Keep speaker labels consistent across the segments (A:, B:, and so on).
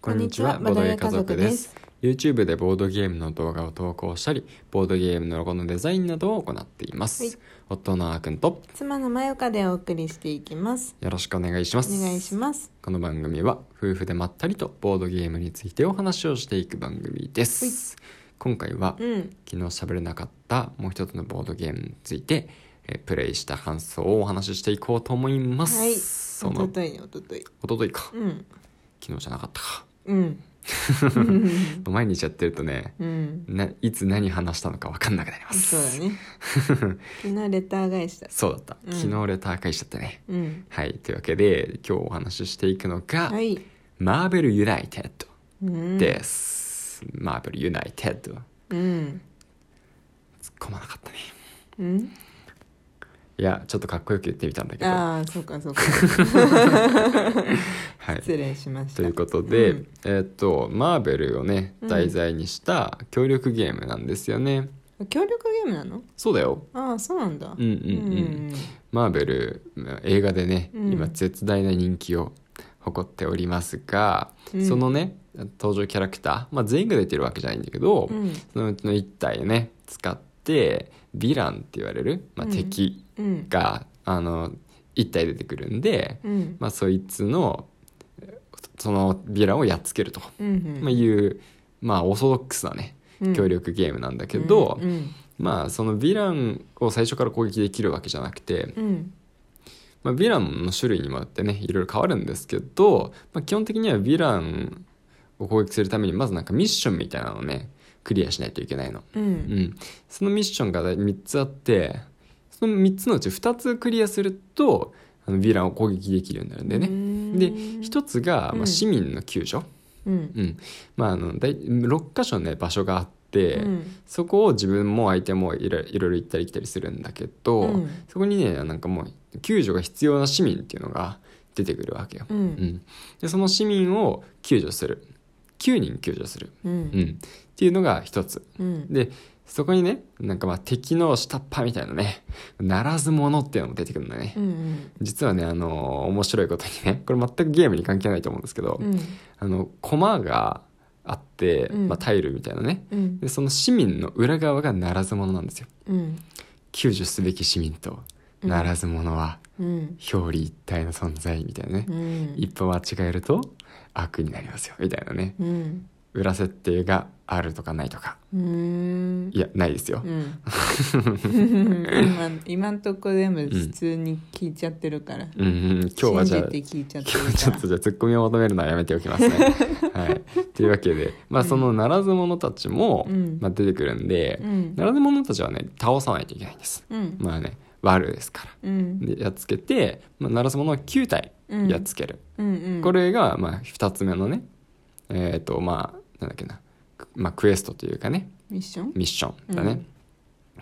A: こんにちは、ボドゲ家族です。。
B: YouTube でボードゲームの動画を投稿したり、ボードゲームのロゴのデザインなどを行っています。
A: はい
B: 夫のあーくんと、
A: 妻のまよかでお送りしていきます。
B: よろしくお願いしま
A: お
B: す。
A: 願いします。
B: この番組は、夫婦でまったりとボードゲームについてお話をしていく番組です。今回は、
A: うん、
B: 昨日喋れなかったもう一つのボードゲームについて、えープレイした感想をお話ししていこうと思います。
A: はい
B: そ
A: おと
B: の、
A: といね、おととい。
B: おとといか。
A: うん、
B: 昨日じゃなかったか。
A: うん、
B: 毎日やってるとね、
A: うん、
B: ないつ何話したのか分かんなくなります
A: そうだね。 昨日レター返した。
B: そうだった、
A: うん
B: 昨日レター返しちゃったね
A: うん、
B: はいというわけで今日お話ししていくのが、
A: はい。
B: マーベルユナイテッ
A: うん
B: ドです、マーベルユナイテッド突っ
A: うん、
B: 込まなかったね
A: うん、
B: いやちょっとかっこよく言ってみたんだけどは
A: ああ、そうか、そうか。失
B: い
A: 礼しまし
B: と
A: た
B: いう。ことで、
A: うん
B: えーっとマーベルをね
A: うん
B: 題材にした協力ゲームなんですよね、
A: 協力ゲームなの。
B: そうだよ
A: ああ、そうなんだ。
B: うんうんうん、マーベル映画でね、
A: うん
B: 今絶大な人気を誇っておりますが、
A: うん
B: そのね登場キャラクター、まあ、全員が出てるわけじゃないんだけど、
A: うん
B: そのうちの1体をね使ってヴィランって言われる、まあ、
A: うん
B: 敵
A: うん、
B: が、あの1体出てくるんで、
A: うん、
B: まあ、そいつのそのヴィランをやっつけると、
A: うん、
B: まあ、いう、まあ、オーソドックスなね
A: うん
B: 協力ゲームなんだけど、
A: うん、
B: まあそのヴィランを最初から攻撃できるわけじゃなくて、
A: うん、
B: まあ、ヴィランの種類にもよってねいろいろ変わるんですけど、まあ、基本的にはヴィランを攻撃するためにまずなんかミッションみたいなのをねクリアしないといけないの、
A: う、
B: うんん、そのミッションが3つあってその3つのうち2つクリアするとあのヴィランを攻撃できるようになるんで
A: う
B: ね
A: ーん
B: で1つが、
A: う
B: まあ、
A: ん
B: 市民の救助、
A: うん
B: うんまあ、あの大6か所ね場所があって、
A: うん
B: そこを自分も相手もいろいろ行ったり来たりするんだけど、
A: うん
B: そこにねなんかもう救助が必要な市民っていうのが出てくるわけよ、
A: う
B: うんんでその市民を救助する9人救助する、
A: う
B: うんん、っていうのが一つ
A: うん
B: でそこにねなんかまあ敵の下っ端みたいなねならず者っていうのも出てくるんだね、
A: うん
B: 実はねあのー面白いことにねこれ全くゲームに関係ないと思うんですけど、
A: うん
B: あの駒があって、
A: うん
B: まあ、タイルみたいなね
A: うん
B: でその市民の裏側がならず者なんですよ
A: うん
B: 救助すべき市民と
A: うん
B: ならず者は
A: うん
B: 表裏一体の存在みたいなね、
A: うん
B: 一歩間違えると悪になりますよみたいなね
A: うん
B: 裏設定があるとかないとか
A: うーん
B: いやないですよ、
A: うん今今んとこ全部普通に聞いちゃってるから
B: うん、うん今日はじゃあ
A: 信じて聞いちゃってる
B: 今
A: か
B: 日
A: ら
B: ちょっとじゃあツッコミを求めるのはやめておき ますね。はい、というわけで、まあ、そのならず者たちも、
A: うん
B: まあ、出てくるんで、
A: うん
B: ならず者たちはね倒さないといけないんです。
A: うん
B: まあね悪ですから。
A: うん
B: でやっつけて、まあ、ならず者を9体
A: うん
B: やっつける。
A: うんうん
B: これが、まあ、2つ目のねえっ、とまあなんだっけな、くまあ、クエストというかね
A: ミッション
B: ミッションだね、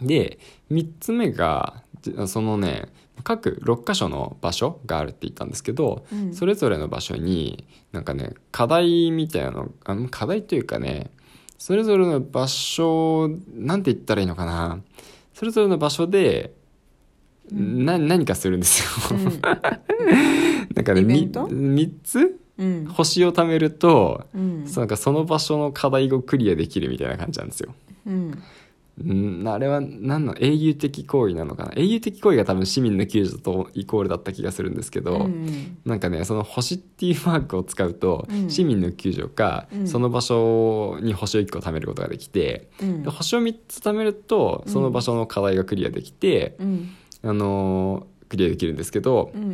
B: で3つ目がじそのね各6箇所の場所があるって言ったんですけど、
A: うん
B: それぞれの場所になんかね課題みたいなのあの課題というかねそれぞれの場所なんて言ったらいいのかなそれぞれの場所で、
A: うん
B: な何かするんですよ、 なんかね
A: イベ
B: み
A: ント
B: 3つ
A: うん
B: 星を貯めると、
A: うん
B: そうなんかその場所の課題をクリアできるみたいな感じなんですよ。
A: うん
B: うんあれは何の英雄的行為なのかな英雄的行為が多分市民の救助とイコールだった気がするんですけど、
A: うん
B: なんかねその星っていうマークを使うと、
A: うん
B: 市民の救助か、
A: うん
B: その場所に星を1個貯めることができて、
A: うん
B: で星を3つ貯めるとその場所の課題がクリアできて、
A: うん
B: あのークリアできるんですけど
A: うんうん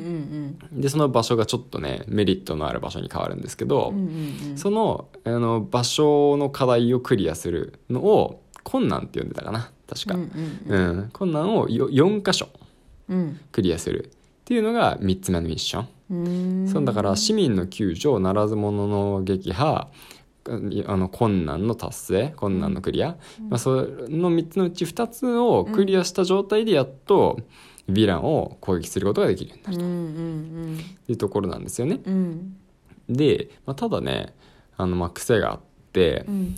A: うん
B: でその場所がちょっとねメリットのある場所に変わるんですけど。
A: うんうんうん
B: そのあの場所の課題をクリアするのを困難って呼んでたかな確か、
A: う
B: うんん
A: うん
B: 困難をよ4箇所
A: うん
B: クリアするっていうのが3つ目のミッション、
A: うん
B: そうだから市民の救助ならず者の撃破あの困難の達成困難のクリア、まあ、その3つのうち2つをクリアした状態でやっとヴィランを攻撃することができる
A: うんうん
B: というところなんですよね。
A: うんうん
B: で、まあ、ただねあのまあ癖があって、
A: うん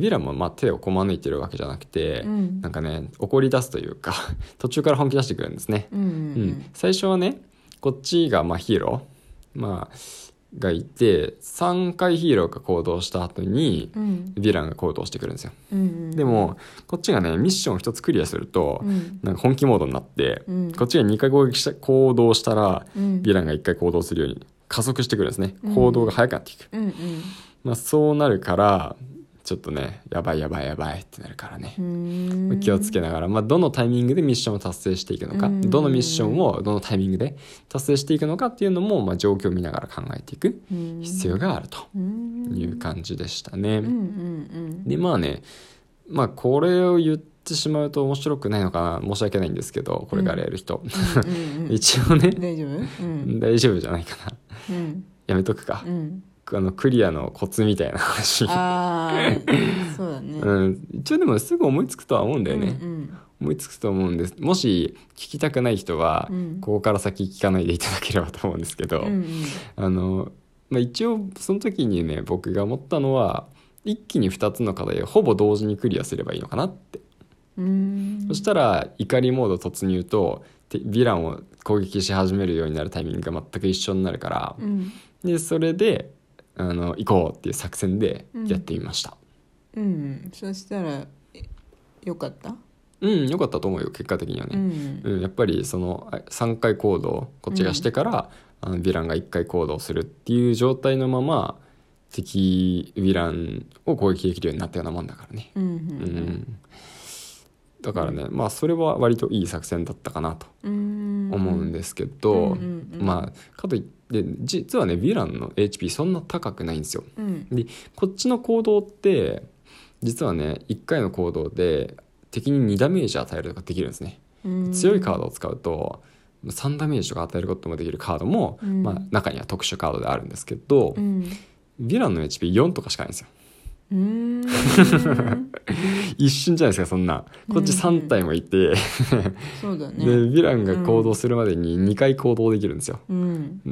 B: ヴィランもまあ手をこまねいてるわけじゃなくて、
A: うん
B: なんかね怒り出すというか 途中から本気出してくるんですね、
A: うんうん
B: うん最初はねこっちがまあヒーローまあがいて3回ヒーローが行動した後に
A: うん
B: ヴィランが行動してくるんですよ
A: うんうん
B: でもこっちがねミッション1つクリアすると
A: うん
B: なんか本気モードになって
A: うん
B: こっちが2回攻撃した行動したら
A: うん
B: ヴィランが1回行動するように加速してくるんですね
A: うん
B: 行動が速くなっていく、
A: うん
B: まあ、そうなるからちょっとねやばいやばいやばいってなるからね
A: う、んうーん
B: 気をつけながら、まあ、どのタイミングでミッションを達成していくのか、
A: うん
B: どのミッションをどのタイミングで達成していくのかっていうのも、まあ、状況を見ながら考えていく
A: うん
B: 必要があると
A: うん
B: いう感じでしたね。
A: うんうん
B: でまあねまあこれを言ってしまうと面白くないのかな申し訳ないんですけどこれからやる人、
A: うんうんうん
B: 一応ね、
A: 大丈夫うん
B: 大丈夫じゃないかな
A: うん
B: やめとくか
A: う、ん
B: あのクリアのコツみたいな話、
A: ああそうだね
B: うん、一応でもすぐ思いつくとは思うんだよね、
A: うん
B: 思いつくと思うんですもし聞きたくない人は、
A: うん
B: ここから先聞かないでいただければと思うんですけど、
A: うんうん
B: あの、まあ、一応その時にね僕が思ったのは一気に2つの課題をほぼ同時にクリアすればいいのかなって、
A: うん
B: そしたら怒りモード突入とてヴィランを攻撃し始めるようになるタイミングが全く一緒になるから
A: う、ん
B: でそれであの行こうっていう作戦でやってみました
A: うんそしたらえよかった
B: うん、良かったと思うよ結果的にはね、
A: うん
B: うん、やっぱりそのあ3回行動こっちがしてから、あのヴィランが1回行動するっていう状態のまま敵ヴィランを攻撃できるようになったようなもんだからね、
A: うん
B: う
A: うん
B: ん、だからねまあそれは割といい作戦だったかなと
A: うん
B: 思うんですけど、
A: うんうんうん
B: まあかといって実はねヴィランの HP そんな高くないんですよ
A: うん
B: でこっちの行動って実はね1回の行動で敵に2ダメージ与えるとかできるんですね
A: うん
B: 強いカードを使うと3ダメージとか与えることもできるカードも、
A: うん
B: まあ、中には特殊カードであるんですけど、
A: うん
B: ヴィランの HP4 とかしかないんですよ
A: うーん
B: 一瞬じゃないですかそんなこっち3体もいて、で
A: そうだね
B: ヴィランが行動するまでに2回行動できるんですよ、
A: うん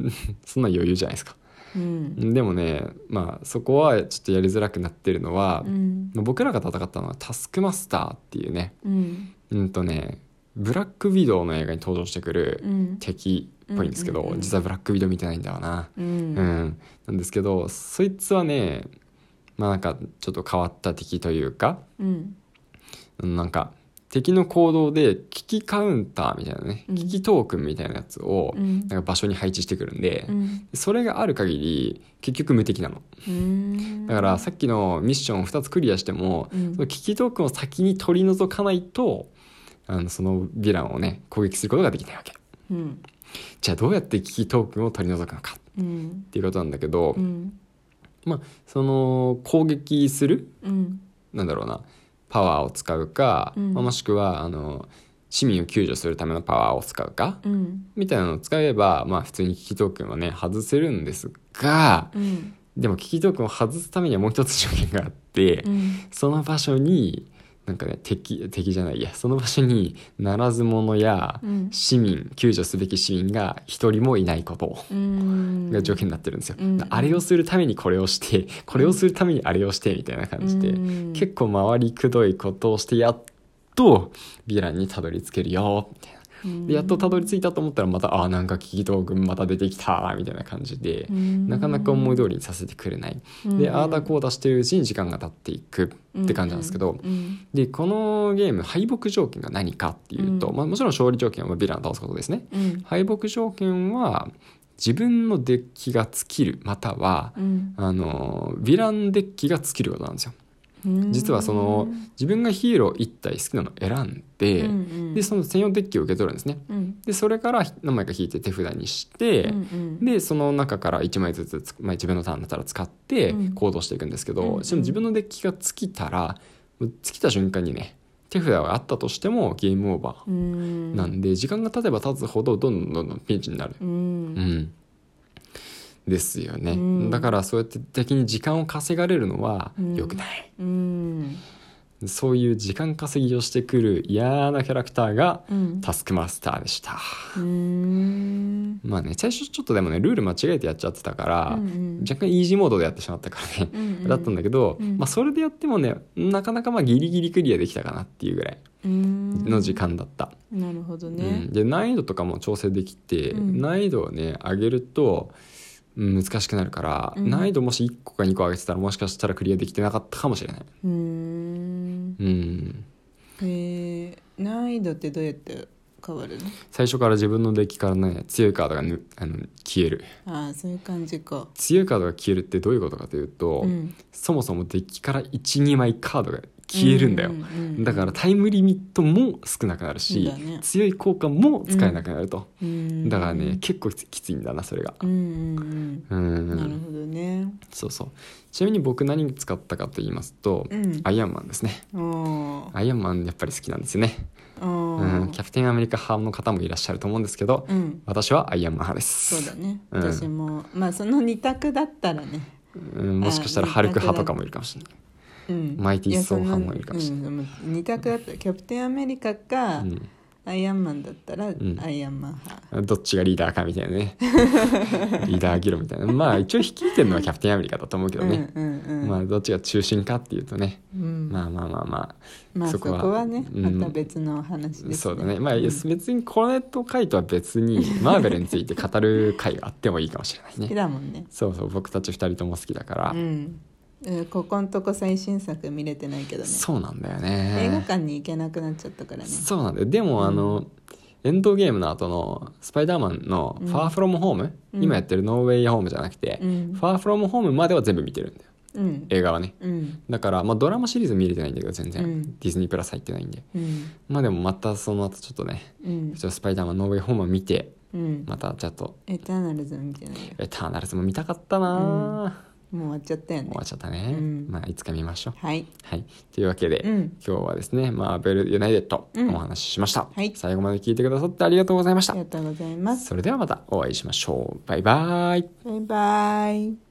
B: そんな余裕じゃないですか
A: うん
B: でもねまあそこはちょっとやりづらくなってるのは
A: う、ん
B: まあ僕らが戦ったのはタスクマスターっていうね
A: うん
B: うんとねブラックウィドウの映画に登場してくる
A: うん
B: 敵っぽいんですけど、
A: うんうんうん
B: 実はブラックウィドウ見てないんだよな
A: う
B: うんん、なんですけどそいつはねまあなんかちょっと変わった敵というか
A: うん
B: うんなんか敵の行動で危機カウンターみたいなね、
A: うん
B: 危機トークンみたいなやつを
A: うん
B: なんか場所に配置してくるんで、
A: うん
B: それがある限り結局無敵なの
A: うん
B: だからさっきのミッションを2つクリアしても、
A: うん
B: その危機トークンを先に取り除かないとあのそのヴィランをね攻撃することができないわけ
A: うん
B: じゃあどうやって危機トークンを取り除くのかっ
A: うん
B: ていうことなんだけど、
A: うん
B: その攻撃する
A: うん
B: なんだろうなパワーを使うか、
A: うん
B: まあもしくはあの市民を救助するためのパワーを使うか
A: うん
B: みたいなのを使えば、まあ、普通に危機トークンはね外せるんですが
A: うん
B: でも危機トークンを外すためにはもう一つ条件があって、
A: うん
B: その場所になんかね敵敵じゃないいやその場所にならず者や
A: うん
B: 市民救助すべき市民が一人もいないこと
A: うん
B: が条件になってるんですよ、
A: うん
B: あれをするためにこれをしてこれをするためにあれをしてみたいな感じで、
A: うん
B: 結構回りくどいことをしてやっとヴィランにたどり着けるよみたいなでやっとたどり着いたと思ったらまたあーなんか聞き道具また出てきたみたいな感じで
A: うん
B: なかなか思い通りにさせてくれないで
A: うん
B: ああだこうだしてるうちに時間が経っていくって感じなんですけど
A: うん
B: でこのゲーム敗北条件が何かっていうと
A: うん
B: まあもちろん勝利条件はヴィランを倒すことですね
A: うん
B: 敗北条件は自分のデッキが尽きるまたは
A: うん
B: あのヴィランデッキが尽きることなんですよ
A: うん
B: 実はその自分がヒーロー1体好きなのを選んで、
A: うんうん
B: でその専用デッキを受け取るんですね
A: うん
B: でそれから何枚か引いて手札にして、
A: うんうん
B: でその中から1枚ずつつ、まあ、自分のターンだったら使って
A: うん
B: 行動していくんですけど、
A: うんうん
B: その自分のデッキが尽きたらもう尽きた瞬間にね手札があったとしてもゲームオーバ
A: うん
B: ーなんで、時間が経てば経つほどどんどんどんどんピンチになる、
A: う
B: うんん、ですよね、
A: うん
B: だからそうやって敵に時間を稼がれるのは良くない、
A: うん
B: そういう時間稼ぎをしてくる嫌なキャラクターが
A: うん
B: タスクマスターでした。
A: うん
B: まあね、最初ちょっとでもね、ルール間違えてやっちゃってたから、
A: うんうん
B: 若干イージーモードでやってしまったからね、
A: うんうん
B: だったんだけど、
A: うん
B: まあそれでやってもね、なかなかまあギリギリクリアできたかなっていうぐらい
A: うん
B: の時間だった。
A: なるほど
B: うん
A: ね
B: で、難易度とかも調整できて、
A: うん
B: 難易度をね、上げると、うん難しくなるから、
A: うん
B: 難易度もし1個か2個上げてたらもしかしたらクリアできてなかったかもしれない。
A: うーん
B: うん
A: へえ難易度ってどうやって変わるの
B: 最初から自分のデッキからね強いカードがぬあの消える
A: ああそういう感じか
B: 強いカードが消えるってどういうことかというと、
A: うん
B: そもそもデッキから12枚カードが消えるんだよ、
A: うううんうん
B: だからタイムリミットも少なくなるし、
A: そうだね
B: 強い効果も使えなくなると、
A: うん
B: だからね結構きついんだなそれが
A: うんうん
B: う
A: うんんなるほどね
B: そうそうちなみに僕何使ったかと言いますと、
A: うん
B: アイアンマンですね
A: あ
B: アイアンマンやっぱり好きなんですよね、
A: あ
B: うん、キャプテンアメリカ派の方もいらっしゃると思うんですけど、
A: うん
B: 私はアイアンマン派です
A: そうだね
B: うん
A: 私もまあその二択だったらね
B: うんもしかしたらハルク派とかもいるかもしれない
A: うん
B: マイティーソー派もいるかもしれ
A: ないやそのうんでも二択だったらキャプテンアメリカかアイアンマンだったら
B: ん
A: アイアンマン派
B: うん、どっちがリーダーかみたいな ねリーダー議論みたいなまあ一応率いてるのはキャプテンアメリカだと思うけどね、
A: うんうんうん
B: まあどっちが中心かっていうとね、
A: うん
B: まあまあまあまあ、
A: まあそこはね
B: うん
A: また別のお話です
B: そうだねまあ、
A: うん
B: 別にこれと回とは別にマーベルについて語る回があってもいいかもしれな
A: 好
B: い
A: き
B: ね
A: だもんね
B: そうそう僕たち2人とも好きだから、
A: うんうんここんとこ最新作見れてないけどね
B: そうなんだよ
A: 映画
B: ね
A: 館に行けなくなっちゃったからね
B: そうなんだよでも、あのエンドゲームの後のスパイダーマンの「ファーフロムホーム、
A: うん
B: 今やってる「ノーウェイホーム」じゃなくて、
A: うん
B: ファーフロムホームまでは全部見てるんだよ
A: うん
B: 映画はね
A: うん
B: だから、まあ、ドラマシリーズ見れてないんだけど全然、
A: うん
B: ディズニープラス入ってないんで
A: うん
B: まあでもまたその後ちょっとね
A: うん
B: ちょっとスパイダーマンノーウェイホームを見て
A: うん
B: またちょっと
A: エターナルズ見てないよ
B: エターナルズも見たかったな、
A: うんもう終わっちゃったよね
B: 終わっちゃったね、
A: うん
B: まあいつか見ましょう
A: はい
B: はいというわけで、
A: うん
B: 今日はですねマーベルユナイテッド
A: うん
B: お話ししました、
A: はい
B: 最後まで聞いてくださってありがとうございまし
A: あ
B: た
A: りがとうございます
B: それではまたお会いしましょうバイバイ
A: バイバイ